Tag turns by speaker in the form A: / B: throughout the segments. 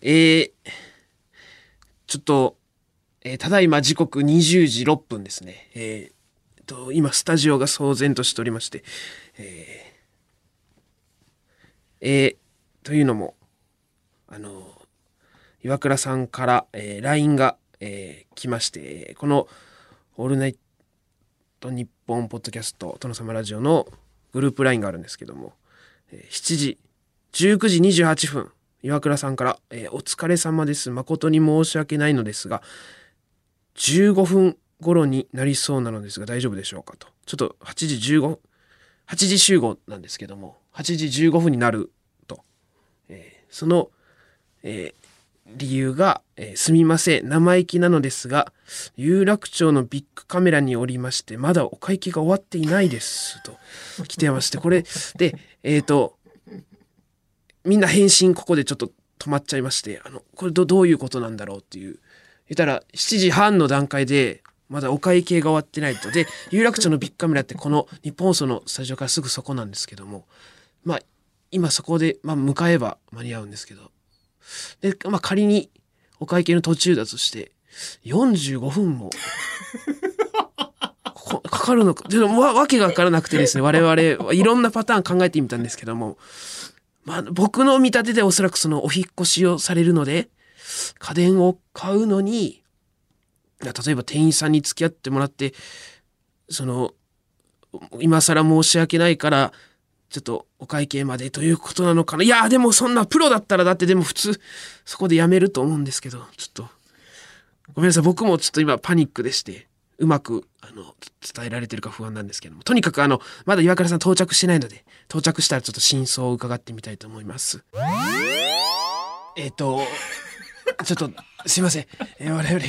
A: えー、ちょっと、えーただいま時刻20時6分ですね。えー、と、今、スタジオが騒然としておりまして、えー、えーというのも、あのー岩倉さんから、えー LINE が、えー来まして、えーこの、オールナイトニッポンポッドキャスト、殿様ラジオのグループ LINE があるんですけども、えー7時、19時28分、岩倉さんから、えーお疲れ様です。誠に申し訳ないのですが、15分頃になりそうなのですが大丈夫でしょうかと。ちょっと8時15、8時集合なんですけども、8時15分になると。えーその、えー理由が、えーすみません、生意気なのですが、有楽町のビッグカメラにおりまして、まだお会計が終わっていないです、と来てまして、これ、で、えっ、と、みんな返信ここでちょっと止まっちゃいまして、あの、これどどういうことなんだろうっていう。言ったら、7時半の段階で、まだお会計が終わってないと。で、有楽町のビッグカメラってこの日本放送のスタジオからすぐそこなんですけども、まあ、今そこで、まあ、向かえば間に合うんですけど、で、まあ、仮にお会計の途中だとして、45分も、ここ かかるのか。でもわ、わけがわからなくてですね、我々、いろんなパターン考えてみたんですけども、まあ、僕の見立てでおそらくそのお引っ越しをされるので、家電を買うのに、いや例えば店員さんに付き合ってもらって、その、今更申し訳ないから、ちょっとお会計までということなのかな。いや、でもそんなプロだったらだってでも普通、そこでやめると思うんですけど、ちょっと、ごめんなさい、僕もちょっと今パニックでして、うまく、あの、伝えられてるか不安なんですけども。とにかくあの、まだ岩倉さん到着してないので、到着したらちょっと真相を伺ってみたいと思います。えっ、と、ちょっと、すいません。えー我々、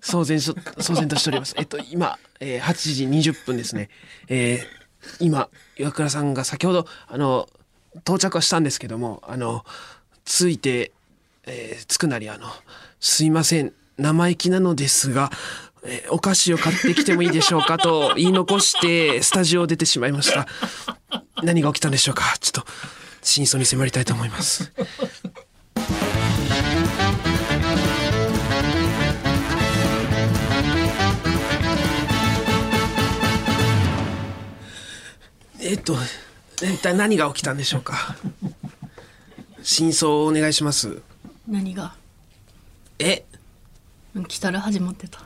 A: 騒然し、騒然としております。えっと、今、えー8時20分ですね。えー今、岩倉さんが先ほど、あの、到着はしたんですけども、あの、ついて、えーつくなり、あの、すいません、生意気なのですが、えーお菓子を買ってきてもいいでしょうかと言い残して、スタジオを出てしまいました。何が起きたんでしょうかちょっと、真相に迫りたいと思います。えっと、一体何が起きたんでしょうか。真相をお願いします。
B: 何が
A: え、
B: うん来たら始まってた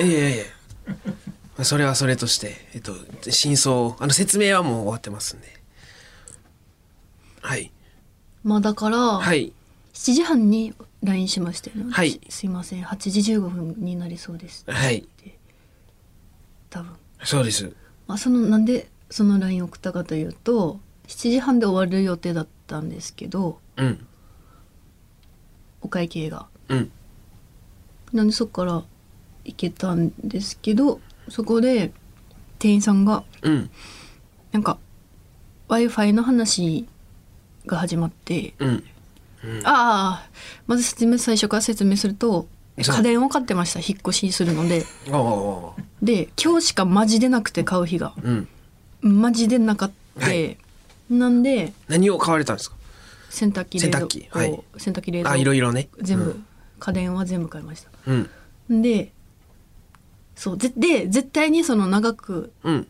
A: ええええ。まあそれはそれとして、えっと、真相を、あの説明はもう終わってますんで。はい。
B: まあだから、
A: はい。
B: 7時半に LINE しましたよね、
A: はい
B: 私すいません8時15分になりそうです
A: はい。
B: 多分、
A: そうです。
B: まあ、そのなんでその LINE 送ったかというと7時半で終わる予定だったんですけど
A: うん。
B: お会計が
A: うん。
B: なんでそこから行けたんですけどそこで店員さんが
A: うん。
B: なんか w i f i の話が始まって
A: うん。
B: ああまず説明最初から説明すると
A: そう
B: 家電を買ってました引っ越しするので
A: おうおうおう
B: で今日しかマジでなくて買う日が
A: うん。
B: マジでなかった、
A: はい
B: なんで
A: 何を買われたんですか
B: 洗濯機冷蔵庫
A: 洗濯機はい
B: 洗濯機冷
A: あ、い
B: 蔵
A: ろ
B: 庫
A: いろね。
B: 全部、家電は全部買いました
A: うん。
B: でそうぜで絶対にその長く
A: うん。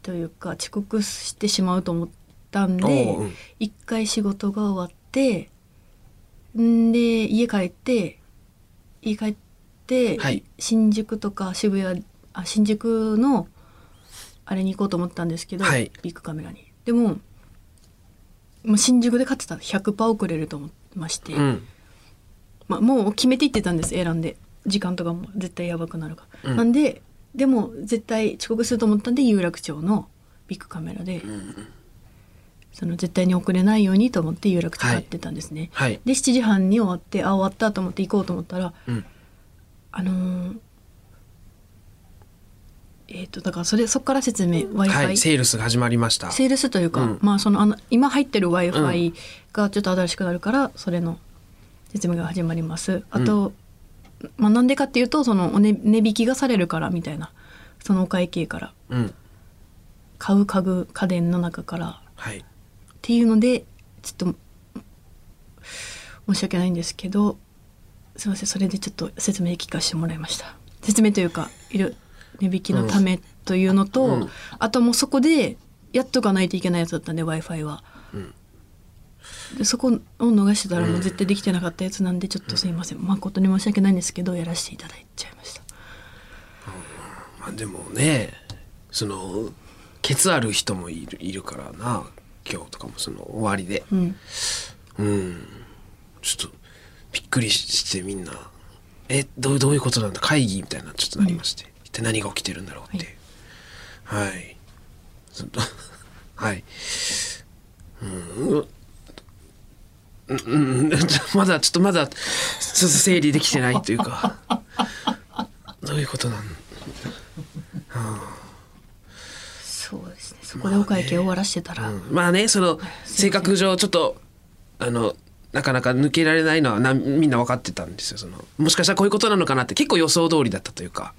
B: というか遅刻してしまうと思ったん
A: お
B: で
A: ううん
B: 一回仕事が終わってんで家帰って家帰って、
A: はい
B: 新宿とか渋谷あ新宿のあれに行こうと思ったんですけど、
A: はい
B: ビッグカメラにでももう新宿で勝ってたら100%遅れると思ってまして、
A: うん。
B: まあ、もう決めていってたんです選んで時間とかも絶対やばくなるから、
A: うん
B: なんででも絶対遅刻すると思ったんで有楽町のビッグカメラで、その絶対に遅れないようにと思って有楽町やってたんですね、
A: はい。
B: で7時半に終わってあ終わったと思って行こうと思ったら
A: うん。
B: あのーえっ、とだからそれそこから説明 w i
A: は
B: f
A: い。
B: i
A: セールスが始まりました。
B: セールスというか、
A: うん
B: まあそのあの今入ってる w i f
A: う
B: i がちょっと新しくなるから、それの説明が始まりますあと、まあ、なんでかっていうとそのお、ね、値引きがされるからみたいなそのお会計から
A: うん。
B: 買う家具家電の中からっ
A: はい。
B: ていうのでちょっと申し訳ないんですけどすいませんそれでちょっと説明聞かせてもらいました説明というかいる値引きのためというのと、
A: うん
B: あともうそこでやっとかないといけないやつだったんで w i f i は、
A: ん
B: でそこを逃してたらもう絶対できてなかったやつなんでちょっとすいません、誠に申し訳ないんですけどやらせていただいちゃいました
A: まあでもねそのケツある人もいるいるからな今日とかもその終わりで
B: うん
A: うんちょっとびっくりしてみんなえどうどういうことなんだ会議みたいなちょっとなりまして、一体何が起きてるんだろうってはい、その はいうんうんうんまだちょっとまだちょっと整理できてないという かどういうことなん
B: そうですねそこでお会計終わらしてたら、
A: うんまあねその性格上ちょっとあのなかなか抜けられないのはなみんな分かってたんですよそのもしかしたらこういうことなのかなって結構予想通りだったというか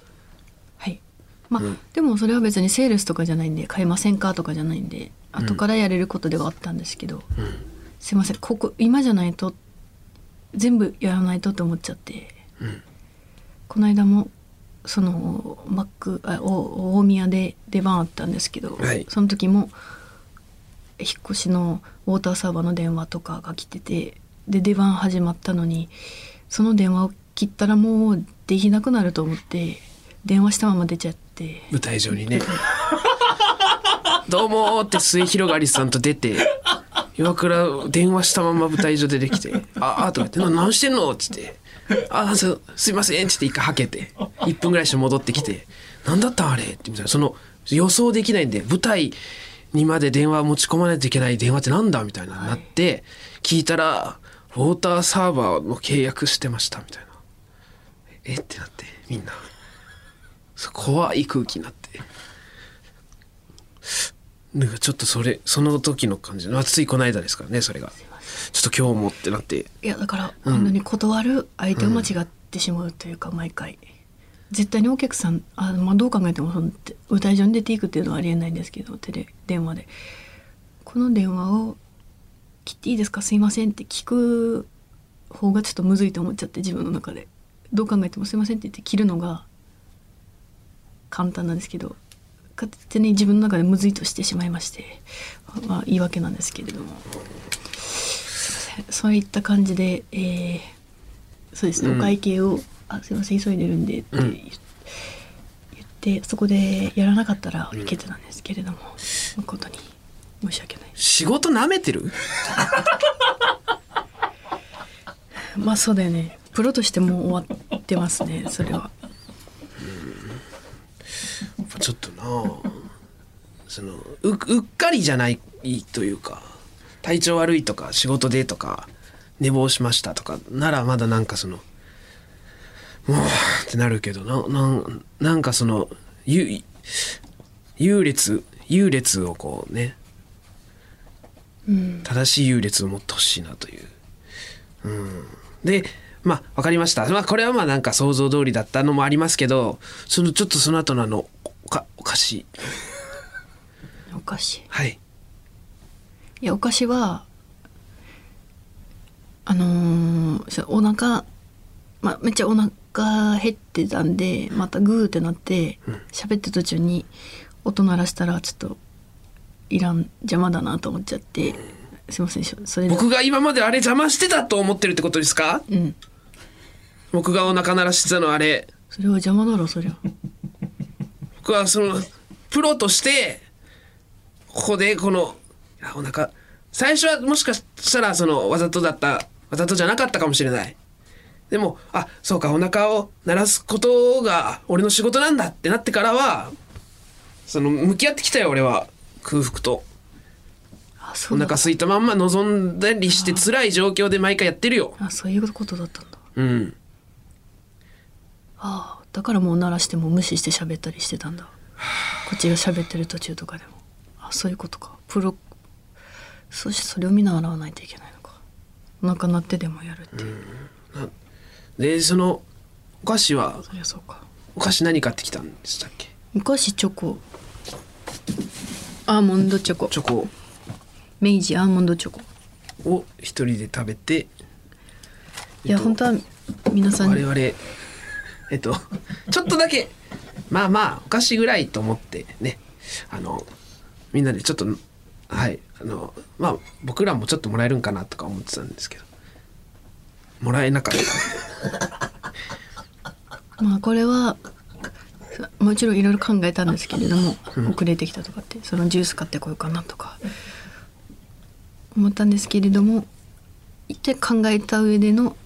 B: はいまあ、でもそれは別にセールスとかじゃないんで買いませんかとかじゃないんで後からやれることではあったんですけど、すいませんここ今じゃないと全部やらないとって思っちゃって、この間もそのマックあお大宮で出番あったんですけど、
A: はい
B: その時も引っ越しのウォーターサーバーの電話とかが来ててで出番始まったのにその電話を切ったらもうできなくなると思って電話したまま出ちゃって
A: 舞台上にね「どうも」って末広がりさんと出て岩倉電話したまま舞台上出てきて「ああ」とか言って「な何してんの?」っつって「あそうすいません」っつって一回はけて1分ぐらいして戻ってきて「何だったんあれ?」ってみたいなその予想できないんで舞台にまで電話持ち込まないといけない電話ってなんだみたいななって聞いたら「ウォーターサーバーの契約してました」みたいな「えっ?」てなってみんな。そう怖い空気になってなんかちょっとそれその時の感じ、まあ、ついこの間ですからねそれがちょっと今日もってなって
B: いやだから、あんなに断る相手を間違ってしまうというか、毎回絶対にお客さんあ、まあ、どう考えてもそのて舞台上に出ていくっていうのはありえないんですけどテレ電話でこの電話を「切っていいですかすいません」って聞く方がちょっとむずいと思っちゃって自分の中でどう考えても「すいません」って言って切るのが簡単なんですけど勝手に自分の中でむずいとしてしまいまして、まあ、言い訳なんですけれども。そういった感じで、えーそうですね、
A: うん
B: お会計を「あすいません急いでるんで」って言,、ってそこでやらなかったらいけてたんですけれども、誠に申し訳ない
A: 仕事なめてる
B: まあそうだよねプロとしてもう終わってますねそれは
A: ちょっとなそのううっかりじゃないというか体調悪いとか仕事でとか寝坊しましたとかならまだなんかそのもうってなるけどななんなんかそのゆ優劣優劣をこうね
B: うん
A: 正しい優劣を持ってほしいなという。うん、でまあ分かりました、まあ、これはまあなんか想像通りだったのもありますけどそのちょっとその後のあのおかお菓子
B: おかしい
A: はい
B: いやお菓子はあのーそうお腹まあめっちゃお腹減ってたんでまたグーってなって喋ってる途中に音鳴らしたらちょっといらん邪魔だなと思っちゃってすいませんしょそれで
A: 僕が今まであれ邪魔してたと思ってるってことですか
B: うん
A: 僕がお腹鳴らしてたのあれ
B: それは邪魔だろそりゃ
A: 僕はそのプロとしてここでこのあお腹最初はもしかしたらそのわざとだったわざとじゃなかったかもしれないでもあそうかお腹を鳴らすことが俺の仕事なんだってなってからはその向き合ってきたよ俺は空腹と
B: あ
A: お
B: そうだ
A: 腹空いたまんま望んだりして辛い状況で毎回やってるよ
B: あそういうことだったんだ
A: うん
B: ああだからもう鳴らしても無視して喋ったりしてたんだこっちが喋ってる途中とかでもあそういうことかプロそしてそれを見習わないといけないのかお腹鳴ってでもやるっていう、
A: でそのお菓子は
B: そりゃそうか
A: お菓子何買ってきたんでしたっけ
B: 昔チョコアーモンドチョコ
A: チョコ
B: 明治アーモンドチョコ
A: を一人で食べて
B: いや、
A: えっと
B: 本当は皆さん
A: 我
B: に
A: 々えっと ちょっとだけまあまあおかしいぐらいと思ってねあのみんなでちょっとはいあのまあ僕らもちょっともらえるんかなとか思ってたんですけどもらえなかった
B: まあこれはもちろんいろいろ考えたんですけれども、遅れてきたとかってそのジュース買ってこようかなとか思ったんですけれども一体考えた上での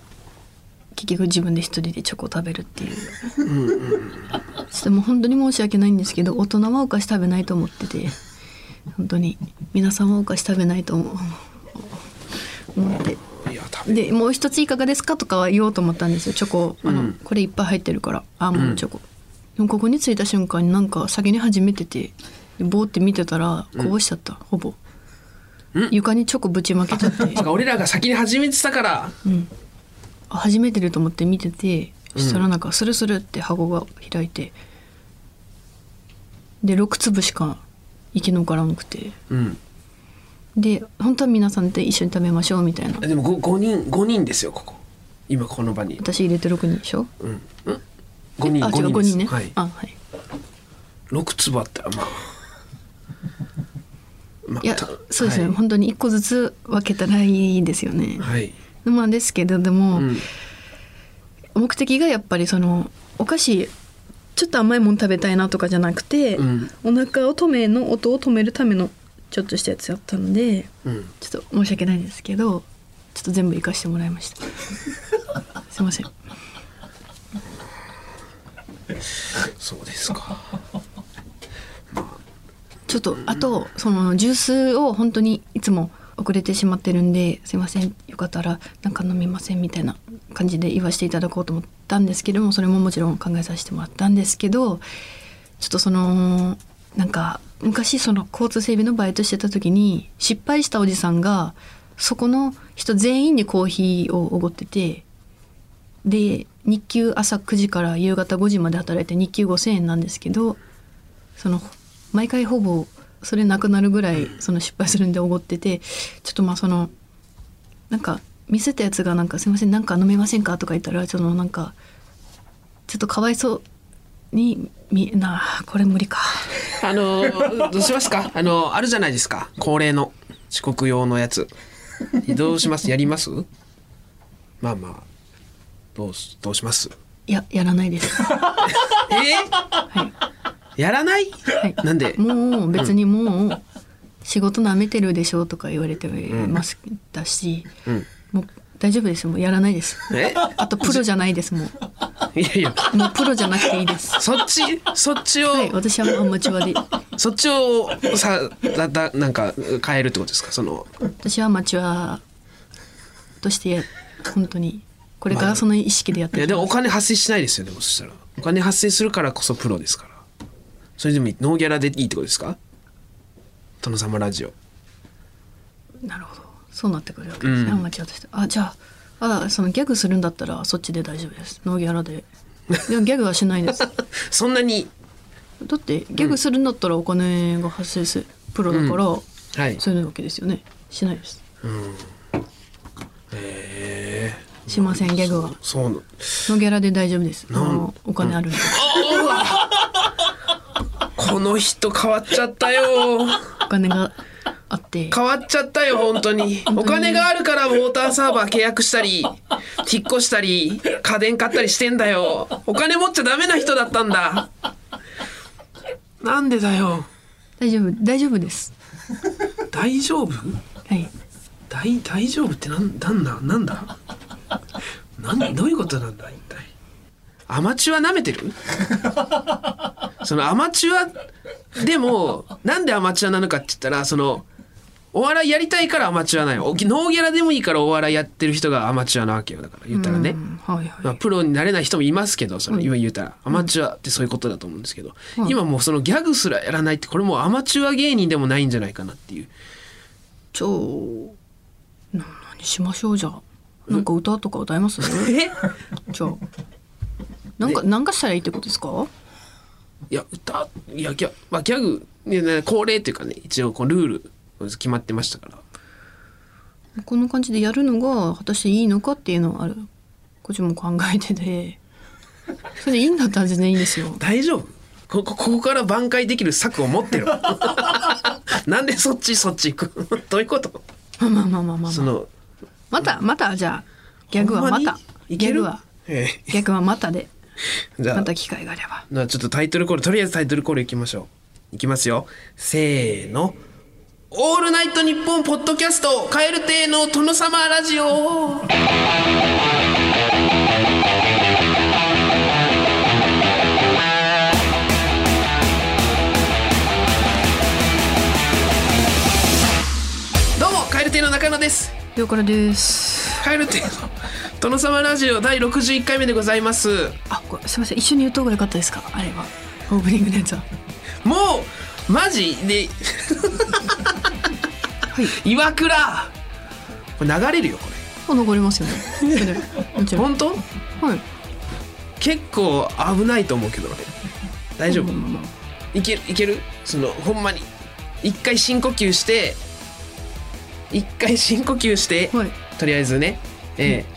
B: 結局自分で一人でチョコを食べるっていうちょっともう本当に申し訳ないんですけど大人はお菓子食べないと思ってて本当に皆さんはお菓子食べないと思う思って。
A: いや食べ
B: でもう一ついかがですかとかは言おうと思ったんですよチョコあの、これいっぱい入ってるからアーモンドチョコ、でもここに着いた瞬間になんか先に始めててでボーって見てたらこぼしちゃった、ほぼ、床にチョコぶちまけちゃって
A: そうか俺らが先に始めてたから
B: あ始めてると思って見ててそしたらなんかスルスルって箱が開いてで6粒しか生き残らなくて
A: うん
B: で本当は皆さんで一緒に食べましょうみたいな
A: でも 5, 人5人ですよここ今この場に
B: 私入れて6人でしょ
A: 5人
B: あ違
A: 5
B: う5
A: 人
B: 人
A: で
B: ね、
A: す、はい、
B: あはい
A: 6粒あったらまあま
B: いや
A: た
B: そうですね、
A: はい
B: 本当に一個ずつ分けたらいいですよね。
A: はい、
B: まあですけれども、
A: うん
B: 目的がやっぱりそのお菓子ちょっと甘いもの食べたいなとかじゃなくて、
A: うん
B: お腹を止めの音を止めるためのちょっとしたやつやったので
A: うん、
B: ちょっと申し訳ないんですけどちょっと全部生かしてもらいました すいません
A: そうですか
B: ちょっとあとそのジュースを本当にいつも遅れてしまってるんですいませんよかったらなんか飲みませんみたいな感じで言わせていただこうと思ったんですけどもそれももちろん考えさせてもらったんですけどちょっとそのなんか昔その交通整備のバイトしてた時に失敗したおじさんがそこの人全員にコーヒーをおごっててで日給朝9時から夕方5時まで働いて日給5,000円なんですけどその毎回ほぼそれなくなるぐらいその失敗するんでおごっててちょっとまあそのなんか見せたやつがなんか「すいませんなんか飲めませんか?」とか言ったらそのなんかちょっとかわいそうにみなあこれ無理か
A: あのーどうしますかあのーあるじゃないですか恒例の遅刻用のやつどうしますやりますまあまあどうしどうします
B: いややらな いです、は
A: えー、やらない
B: い、
A: なんで
B: もう別にもう仕事なめてるでしょとか言われてますだし、
A: ん
B: もう大丈夫ですもうやらないです
A: え
B: あとプロじゃないですもう
A: いやいや
B: もうプロじゃなくていいです
A: そっちそっちを、
B: はい私はアマチュアで
A: そっちをさだだなんか変えるってことですかその
B: 私はアマチュアとして本当にこれからその意識でやっ
A: い
B: て
A: や
B: い
A: でもお金発生しないですよねもしそしたらお金発生するからこそプロですからそれでもいいノーギャラでいいってことですか殿様ラジオ
B: なるほどそうなってくるわけですね、アマチュアとしてあじゃああそのギャグするんだったらそっちで大丈夫ですノーギャラででもギャグはしない ですだ
A: そんなに
B: ってギャグするんだったらお金が発生するプロだから、
A: はい
B: そういうわけですよねしないです
A: へえ
B: しませんギャグは
A: そうな
B: ノーギャラで大丈夫ですあのお金あ るんで、
A: この人変わっちゃったよ
B: お金があって
A: 変わっちゃったよ本当にお金があるからウォーターサーバー契約したり引っ越したり家電買ったりしてんだよお金持っちゃダメな人だったんだなんでだよ
B: 大丈夫大丈夫です
A: 大丈夫
B: はい
A: 大大丈夫ってなんなんだなんだなんどういうことなんだ一体アマチュア舐めてるそのアマチュアでもなんでアマチュアなのかって言ったらそのお笑いやりたいからアマチュアなんよおノーギャラでもいいからお笑いやってる人がアマチュアなわけよだから言ったらね、
B: うんはいはい、
A: まあ、プロになれない人もいますけどその今言うたら、アマチュアってそういうことだと思うんですけど、今もうそのギャグすらやらないってこれもうアマチュア芸人でもないんじゃないかなっていう
B: じゃあな何しましょうじゃあなんか歌とか歌います
A: え
B: じゃあなんかなんかしたらいいってことですか
A: いや歌いやギャ,、まあ、ギャグいやね恒例というかね一応こうルール決まってましたから
B: こんな感じでやるのが果たしていいのかっていうのはあるこっちも考えててそれでいいんだったら全然いいんですよ
A: 大丈夫ここここから挽回できる策を持ってる なんでそっちそっち行く どういうこと
B: まあまあまあまあまあ、
A: そ
B: まあ、
A: の
B: またまたじゃあギャグはまたギ
A: い
B: ャ
A: け
B: グ
A: る
B: は
A: え
B: ギャグはまたで
A: えじゃあ
B: また機会があれば
A: なちょっとタイトルコールとりあえずタイトルコールいきましょういきますよせーの「オールナイトニッポン」ポッドキャスト「蛙亭の殿様ラジオ」どうも蛙亭の中野です
B: よこれです
A: 蛙亭の殿様ラジオ第61回目でございます
B: あこれすいません一緒に言った方が良かったですかあれはオープニングのやつは
A: もうマジで
B: はい
A: 岩倉これ流れるよこ
B: あ残りますよねそれもち
A: れ
B: ろん
A: 本当
B: はい
A: 結構危ないと思うけどね大丈夫
B: まあまあまあ
A: いけるいけるそのほんまに一回深呼吸して一回深呼吸して、
B: はい
A: とりあえずねえー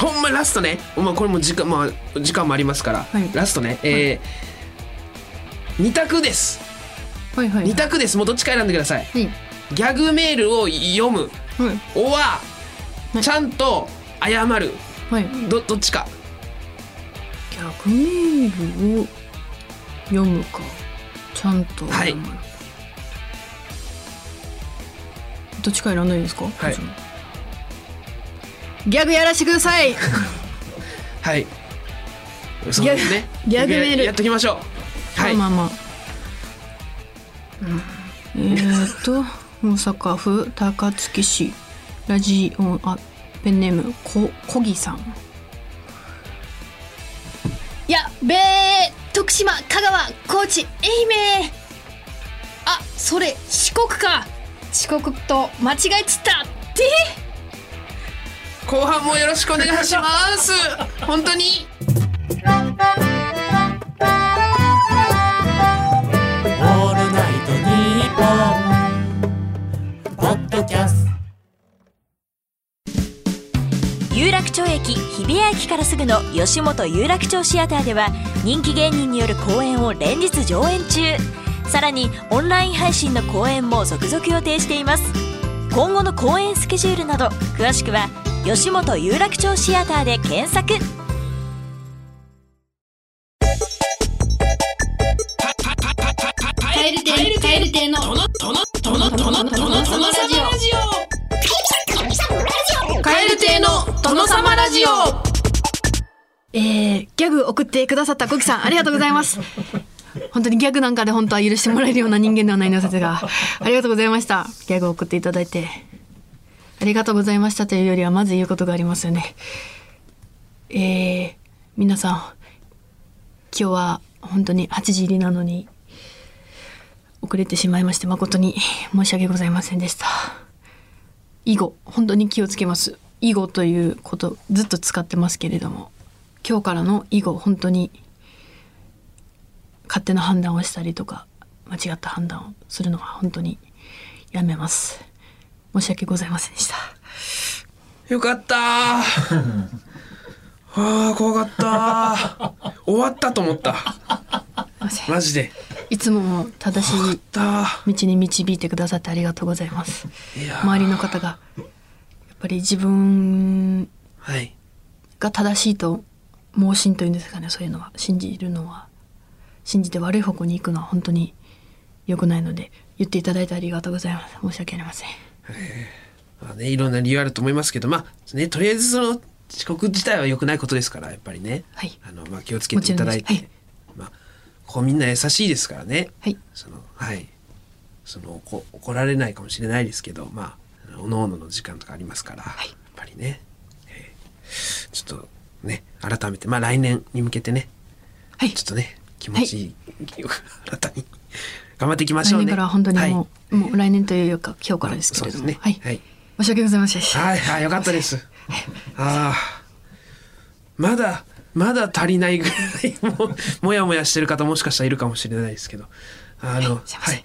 A: ほんまラストね、まあ、これも時間,、まあ、時間もありますから、
B: はい
A: ラストね、えー二択です
B: はいはい
A: 二択ですもうどっちか選んでください
B: はい
A: ギャグメールを読む
B: はい
A: おは
B: はい
A: ちゃんと謝る
B: はい
A: どどっちか
B: 逆メールを読むかちゃんと
A: はい
B: 読むどっちか選んないですか
A: はい
B: ギャグやらしてください
A: はいそうですね
B: ギャグギャグメール
A: やっときましょうはい、
B: まあまあまあ、うん、えー、っと大阪府高槻市ラジオンあペンネームここぎさん
C: やっべえ徳島香川高知愛媛あそれ四国か四国と間違えちったって
A: 後半もよろしくお願いします本当に
D: オールナイトニッポン」ポッドキャスト
E: 有楽町駅日比谷駅からすぐの吉本有楽町シアターでは人気芸人による公演を連日上演中さらにオンライン配信の公演も続々予定しています今後の公演スケジュールなど詳しくは吉本有楽町シアターで検索
C: カエル亭カエル亭のトノトノトノトノトノトノラジオカエル亭の殿様ラジオ
B: えー、ギャグ送ってくださったコキさんありがとうございます本当にギャグなんかで本当は許してもらえるような人間ではないのですがありがとうございましたギャグを送っていただいてありがとうございましたというよりはまず言うことがありますよねえー、皆さん今日は本当に8時入りなのに遅れてしまいまして誠に申し訳ございませんでした以後本当に気をつけます以後ということずっと使ってますけれども今日からの以後本当に勝手な判断をしたりとか間違った判断をするのは本当にやめます申し訳ございませんでした
A: よかったー あー怖かったー終わったと思った
B: すいません
A: マジで
B: いつも正しい
A: だ
B: 道に導いてくださってありがとうございます
A: ーいやー
B: 周りの方がやっぱり自分
A: はい
B: が正しいと盲信というんですかねそういうのは信じるのは信じて悪い方向に行くのは本当に良くないので言っていただいてありがとうございます申し訳ありません
A: まあねいろんな理由あると思いますけどまあねとりあえずその遅刻自体は良くないことですからやっぱりね、
B: はい
A: あのまあ、気をつけていただいて、
B: もちろんで
A: まあこうみんな優しいですからね
B: はい
A: そのはいそのこ怒られないかもしれないですけどまあおのおのの時間とかありますから、やっぱりね、えーちょっとね改めてまあ来年に向けてね
B: はい
A: ちょっとね気持ちいい、 新たに頑張っていきまし
B: 来
A: ょうね。
B: 年からは本当にもう,、
A: はい
B: もう来年というか今日からですけれ
A: そ
B: ども、
A: うですね
B: はい、
A: はい
B: 申し訳ございませんでした
A: はい、はい、よかったです。ああ。まだ、まだ足りないぐらい、もう、もやもやしてる方もしかしたらいるかもしれないですけど。あの、
B: すいません
A: はい、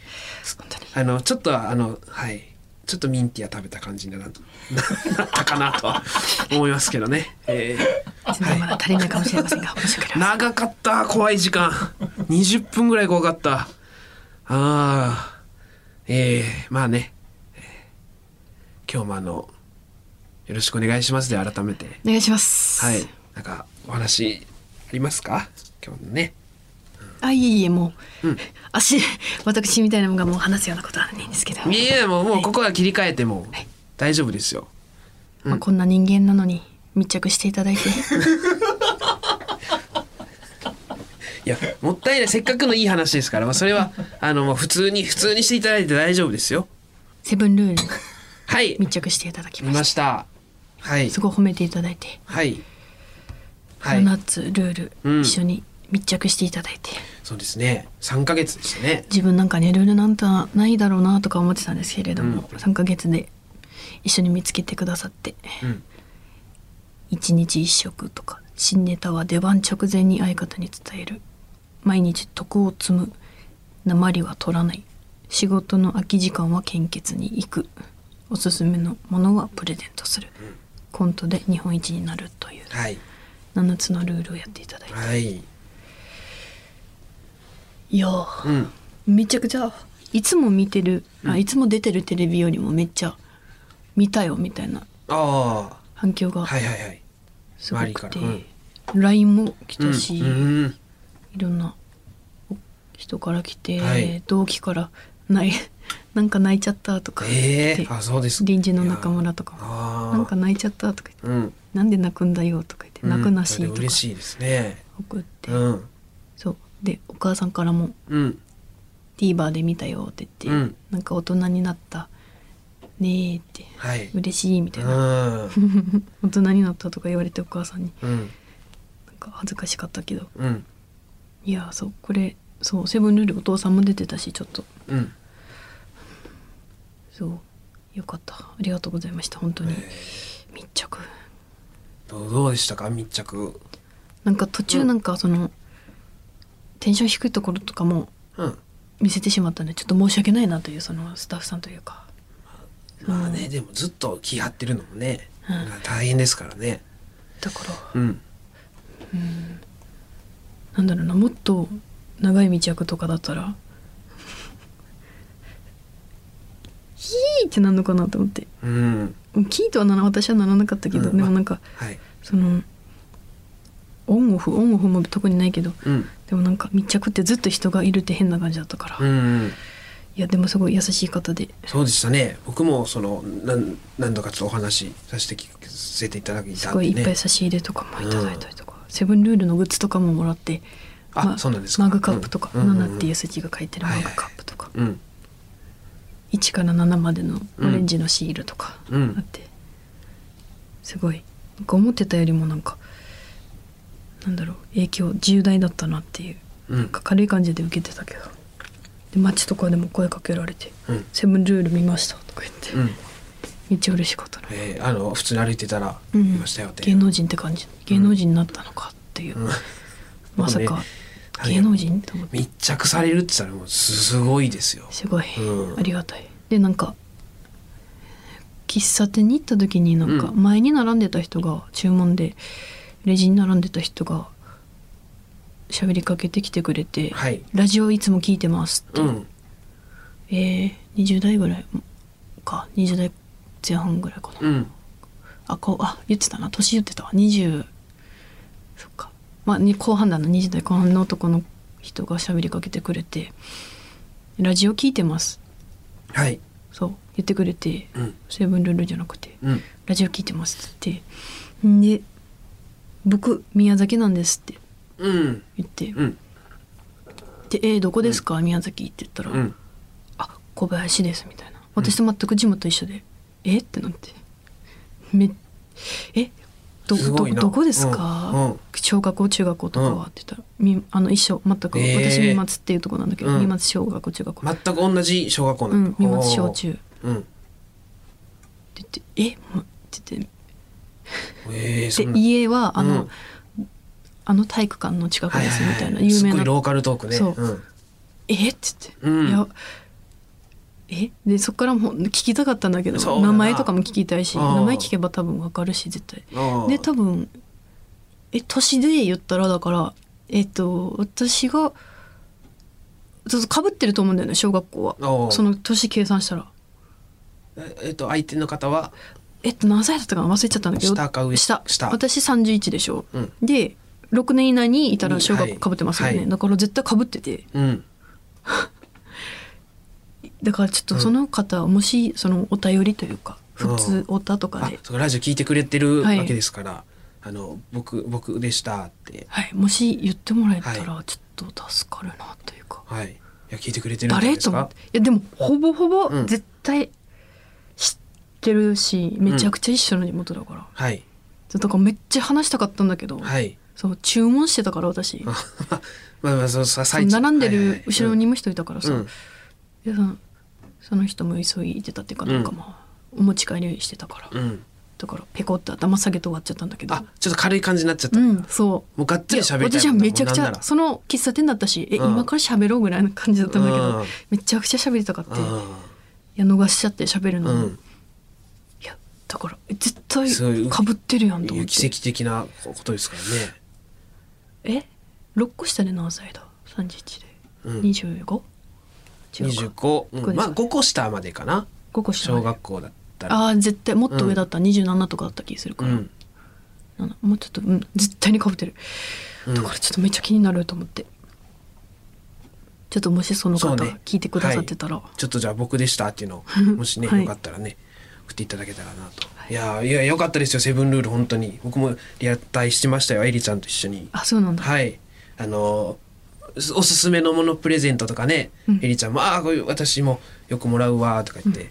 B: 本当に
A: あの、ちょっと、あの、はい。ちょっとミンティア食べた感じになななったかなとは思いますけどね。えー
B: 全然まだ足りないかもしれ ませんが、もしかしたら
A: 長かった怖い時間20分ぐらい怖かったあーえー、まあねえー今日もあのよろしくお願いしますで改めて
B: お願いします。
A: はいなんかお話ありますか今日のね
B: あいえいえもう、足私みたいなものがもう話すようなことはないんですけど、
A: いえいえもうもうここは切り替えても大丈夫ですよ
B: まあ、こんな人間なのに密着していただいて
A: いやもったいないせっかくのいい話ですから、まあ、それはあのもう普通に普通にしていただいて大丈夫ですよ
B: セブンルールに
A: はい
B: 密着していただきま
A: 見
B: した
A: ましたはい
B: すごい褒めていただいて、
A: はい
B: は、
A: はいい
B: ナッツルール、
A: うん
B: 一緒に密着していただいて
A: そうですね3ヶ月でしたね
B: 自分なんかねルールなんてないだろうなとか思ってたんですけれども、3ヶ月で一緒に見つけてくださって、
A: ん
B: 一日一食とか新ネタは出番直前に相方に伝える毎日徳を積む鉛は取らない仕事の空き時間は献血に行くおすすめのものはプレゼントする、コントで日本一になるという
A: はい
B: 7つのルールをやっていただいて、
A: はい
B: い、やー
A: うん
B: めちゃくちゃいつも見てる、あいつも出てるテレビよりもめっちゃ見たよみたいな
A: あ
B: 反響
A: あ
B: が
A: はいはいはい
B: すごく
A: 周
B: て、
A: りから
B: LINE も来
A: うん
B: たし、
A: うん
B: いろんな人から来て、
A: はい
B: 同期からない 「なんか泣いちゃった」とか
A: え
B: 来て
A: えあそうですか
B: 隣人の中村とか「
A: ああ
B: なんか泣いちゃった」とか言って
A: うん
B: 「なんで泣くんだよ」とか言って「泣くなし」
A: うん
B: と
A: それ
B: か
A: 嬉しいですね
B: 送って、
A: うん
B: そうでお母さんからも
A: うん
B: TVer で見たよって言って、
A: うん
B: なんか大人になったねえって
A: はい
B: 嬉しいみた
A: う
B: いな、
A: ん
B: 大人になったとか言われてお母さんに
A: うん
B: なんか恥ずかしかったけど
A: うん
B: いやそうこれそう「セブンルール」お父さんも出てたしちょっと
A: うん
B: そうよかったありがとうございました本当に密着
A: どうどうでしたか密着
B: なんか途中なんかその、テンション低いところとかも
A: うん
B: 見せてしまったんでちょっと申し訳ないなというそのスタッフさんというか
A: まあねでもずっと気張ってるのもね
B: うん
A: 大変ですからね
B: だから
A: うん
B: なんだろうなもっと長い道役とかだったらヒーってなんのかなと思って
A: うん
B: キーとはなら私はならなかったけど、
A: うん
B: でもなんか
A: はい
B: そのオンオフオンオフも特にないけど
A: うん
B: でもなんか密着ってずっと人がいるって変な感じだったから、
A: う
B: い
A: んうん
B: やでもすごい優しい方で
A: そうでしたね僕もその何何度かちょっとお話しさせてきさせていただいたんで、ね、
B: すごいいっぱい差し入れとかもいただいたりとか、セブンルールのグッズとかももらって
A: あ
B: ま
A: そうなんですか
B: マグカップとか、
A: うんうんうんうん
B: 7っていう数字が書いてるマグカップとか、
A: うん
B: 1から7までのオレンジのシールとかあって、
A: うん
B: すごいなんか思ってたよりもなんかなんだろう影響重大だったなっていう、
A: うん
B: なんか軽い感じで受けてたけどで街とかでも声かけられて「
A: うん
B: セブンルール見ました」とか言って、
A: うん
B: めっちゃ嬉しかったな、
A: えーあの普通に歩いてたら
B: う
A: い
B: ん
A: ましたよって、
B: 芸能人って感じ芸能人になったのかっていう、
A: ん
B: まさ
A: もう
B: か
A: ねはい
B: 芸能人と思って
A: 密着されるって言ったらもうすごいですよ
B: すごい、
A: うん
B: ありがたいでなんか喫茶店に行った時になんか
A: う
B: 前に並んでた人が注文でレジに並んでた人が喋りかけてきてくれて
A: はい
B: ラジオいつも聞いてます」って、
A: うん
B: えー、20代ぐらいか20代前半ぐらいかな、
A: うん
B: あこうあ言ってたな年言ってたわ20そっかまあに後半だな20代後半の男の人が喋りかけてくれて「ラジオ聞いてます
A: はい」
B: そう言ってくれて
A: うん
B: 「セブンルール」じゃなくて
A: うん
B: 「ラジオ聞いてます」って言ってんで「僕宮崎なんです」って
A: うん
B: 言って
A: うん
B: 「でえーどこですか宮崎」って言ったら
A: うん
B: 「あ小林です」みたいな私と全く地元一緒で「えっ?」ってなって「めえど
A: すご
B: ど
A: いな
B: どこですか
A: うんうん
B: 小学校中学校とか
A: うん
B: は?」って言ったら「みあの一緒全く、
A: えー
B: 私三松っていうとこなんだけど、
A: うん
B: 三松小学校中学校、
A: 全く同じ小学校
B: う
A: なん
B: ん
A: だ、
B: 三松小中」って
A: うん
B: 言って「えもうって言って
A: えー、そ
B: で
A: んな
B: 家はあの、
A: うん
B: あの体育館の近く
A: はい
B: です
A: はい
B: み
A: はい
B: たいな有名
A: すっごい
B: な
A: ローカルトークね
B: そうん「えっ?」って言って「
A: うん
B: いやえでそっからもう聞きたかったんだけ
A: そうだ
B: ど
A: な
B: 名前とかも聞きたいし
A: うん
B: 名前聞けば多分わかるし絶対
A: あー
B: で多分え年で言ったらだからえっと私がかぶってると思うんだよね小学校
A: お
B: は
A: う
B: その年計算したら
A: ええっと相手の方は
B: えっと何歳だったかな忘れちゃったんだけど
A: 下か上
B: 下
A: 下
B: 私31でしょ、
A: うん
B: で6年以内にいたら小
A: うん
B: 学
A: はい
B: 校かぶってますよね、
A: はい
B: だから絶対かぶってて
A: うん
B: だからちょっとその方、もしそのお便りというか普通おたとか
A: あ
B: で、
A: そうかラジオ聞いてくれてるわ
B: はい
A: けですから、あの僕僕でしたって
B: はい、もし言ってもらえたらちょっと助かるなというか、
A: はいいや聞いてくれてるんじゃない
B: 誰
A: です
B: と思っ
A: か
B: ていやでもほぼほぼ
A: うん
B: 絶対知ってるし、めちゃくちゃ一緒の地元だから、
A: はい
B: だからめっちゃ話したかったんだけど、
A: はい
B: そう注文してたから私
A: あまあまあそうさ
B: そ
A: 最
B: う
A: 中
B: 並んで
A: はいはいは
B: る
A: い
B: 後ろにも人いたからさ、
A: うん
B: いやそのその人も急いでたっていうか
A: うん
B: なんかまあ、お持ち帰りしてたから、
A: うん、うん
B: だからペコって頭下げて終わっちゃったんだけど
A: あちょっと軽い感じになっちゃった、
B: う
A: も
B: んそう
A: うがっつり喋りたい
B: 私はめちゃくち
A: もうなんな
B: ゃ
A: ら
B: その喫茶店だったしえ、
A: うん
B: 今から喋ろうぐらいの感じだったんだけど、
A: うん
B: めちゃくちゃ喋りたかって、い
A: あ
B: や逃しちゃって喋るのも、
A: う
B: い
A: ん
B: やだからえ絶
A: そういう
B: 対かぶってるやんと
A: い
B: 思っ
A: う奇
B: て
A: 跡的なことですからね
B: え六個下で何歳だ31で、
A: うん
B: 25違うか
A: 25、うん
B: これです
A: まあ5個下までかな
B: 5個下ま
A: 小
B: で
A: 学校だったら
B: ああ絶対もっと上だった、27とかだった気する
A: う
B: から、
A: ん
B: 7もうちょっと、うん、絶対にかぶってる、だからちょっとめっちゃ気になると思ってちょっともしその
A: そう
B: 方
A: ね
B: 聞いてくださってたら、
A: ちょっとじゃあ僕でしたっていうのを もしね、
B: はい
A: よかったらね送っていただけたらなと、い、やーいやよかったですよ「セブンルール」本当に僕もリアタイしてましたよエリちゃんと一緒に
B: あそうなんだ、
A: はいあのーおおすすめのものプレゼントとかね、
B: うん
A: エリちゃんも「ああこういう私もよくもらうわ」とか言って、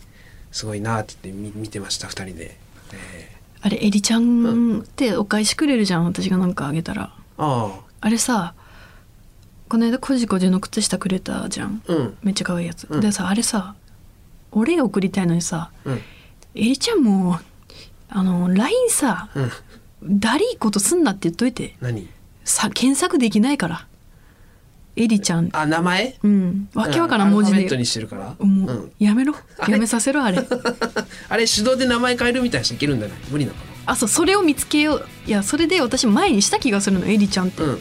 A: すごいなーって言ってみ見てました二人で、え
B: あれエリちゃんってお返しくれるじゃん私がなんかあげたら
A: ー、あ
B: あれさこの間コジコジの靴下くれたじゃん
A: あうん
B: めっちゃ可愛いやつ、
A: うん
B: でさあれさお礼送りたいのにさ
A: うん
B: エリちゃんもあの LINE さ
A: うん
B: ダリーことすんなって言っといて
A: 何
B: さ検索できないからエリちゃん
A: あ名前
B: うんわけわからん文字
A: うんアルファベッ
B: で
A: トにしてるから、
B: もう、
A: うん
B: やめろやめさせろあれ
A: あれ手動で名前変えるみたいにしていけるんじゃない無理なのか
B: あそうそれを見つけよういやそれで私前にした気がするのエリちゃんって、
A: なうん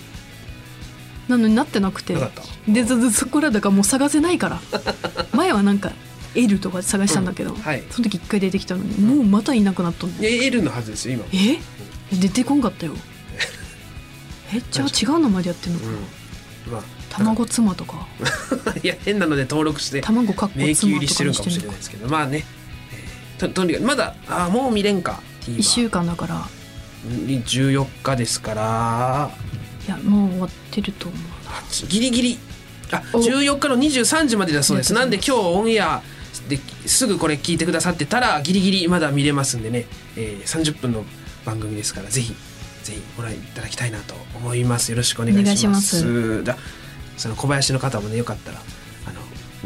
B: なのになってなくて
A: なかった
B: でそそこらだからもう探せないから 前はなんか L とか探したんだけど、
A: うんはい
B: その時一回出てきたのにもうまたいなくなったん
A: い
B: で、
A: や L のはずですよ今
B: え出てこんかっ たよえじゃあ違う名前でやってんのかな、
A: うんまあ
B: 卵妻とか
A: いや変なので登録して
B: 卵かっこ
A: 迷
B: 妻
A: 宮入
B: とかに
A: りし
B: してて
A: る
B: る
A: んかもしれ
B: の
A: ない
B: か
A: ですけどまあね、えーととにかくまだあーもう見れんか
B: 1
A: TVer
B: 週間だから
A: 14日ですから
B: いやもう終わってると思うな
A: ギリギリあ
B: お
A: 14日の23時までだそうです
B: あ
A: な
B: り
A: ん
B: が
A: で
B: と
A: 今日オンエアですぐこれ聞いてくださってたらギリギリまだ見れますんでね、えー30分の番組ですからぜひぜひご覧いただきたいなと思いますよろしくお願いします
B: お願いし
A: だその小林の方もねよかったらあの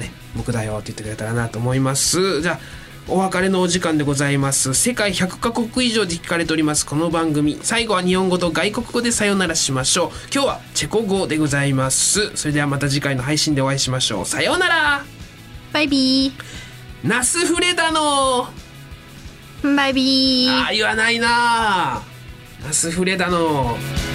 A: ね僕だよって言ってくれたらなと思いますじゃあお別れのお時間でございます世界100カ国以上で聞かれておりますこの番組最後は日本語と外国語でさよならしましょう今日はチェコ語でございますそれではまた次回の配信でお会いしましょうさようなら
C: バイビ
A: ナスフレダノ
C: ーバイビー
A: あー言わないなナスフレダノー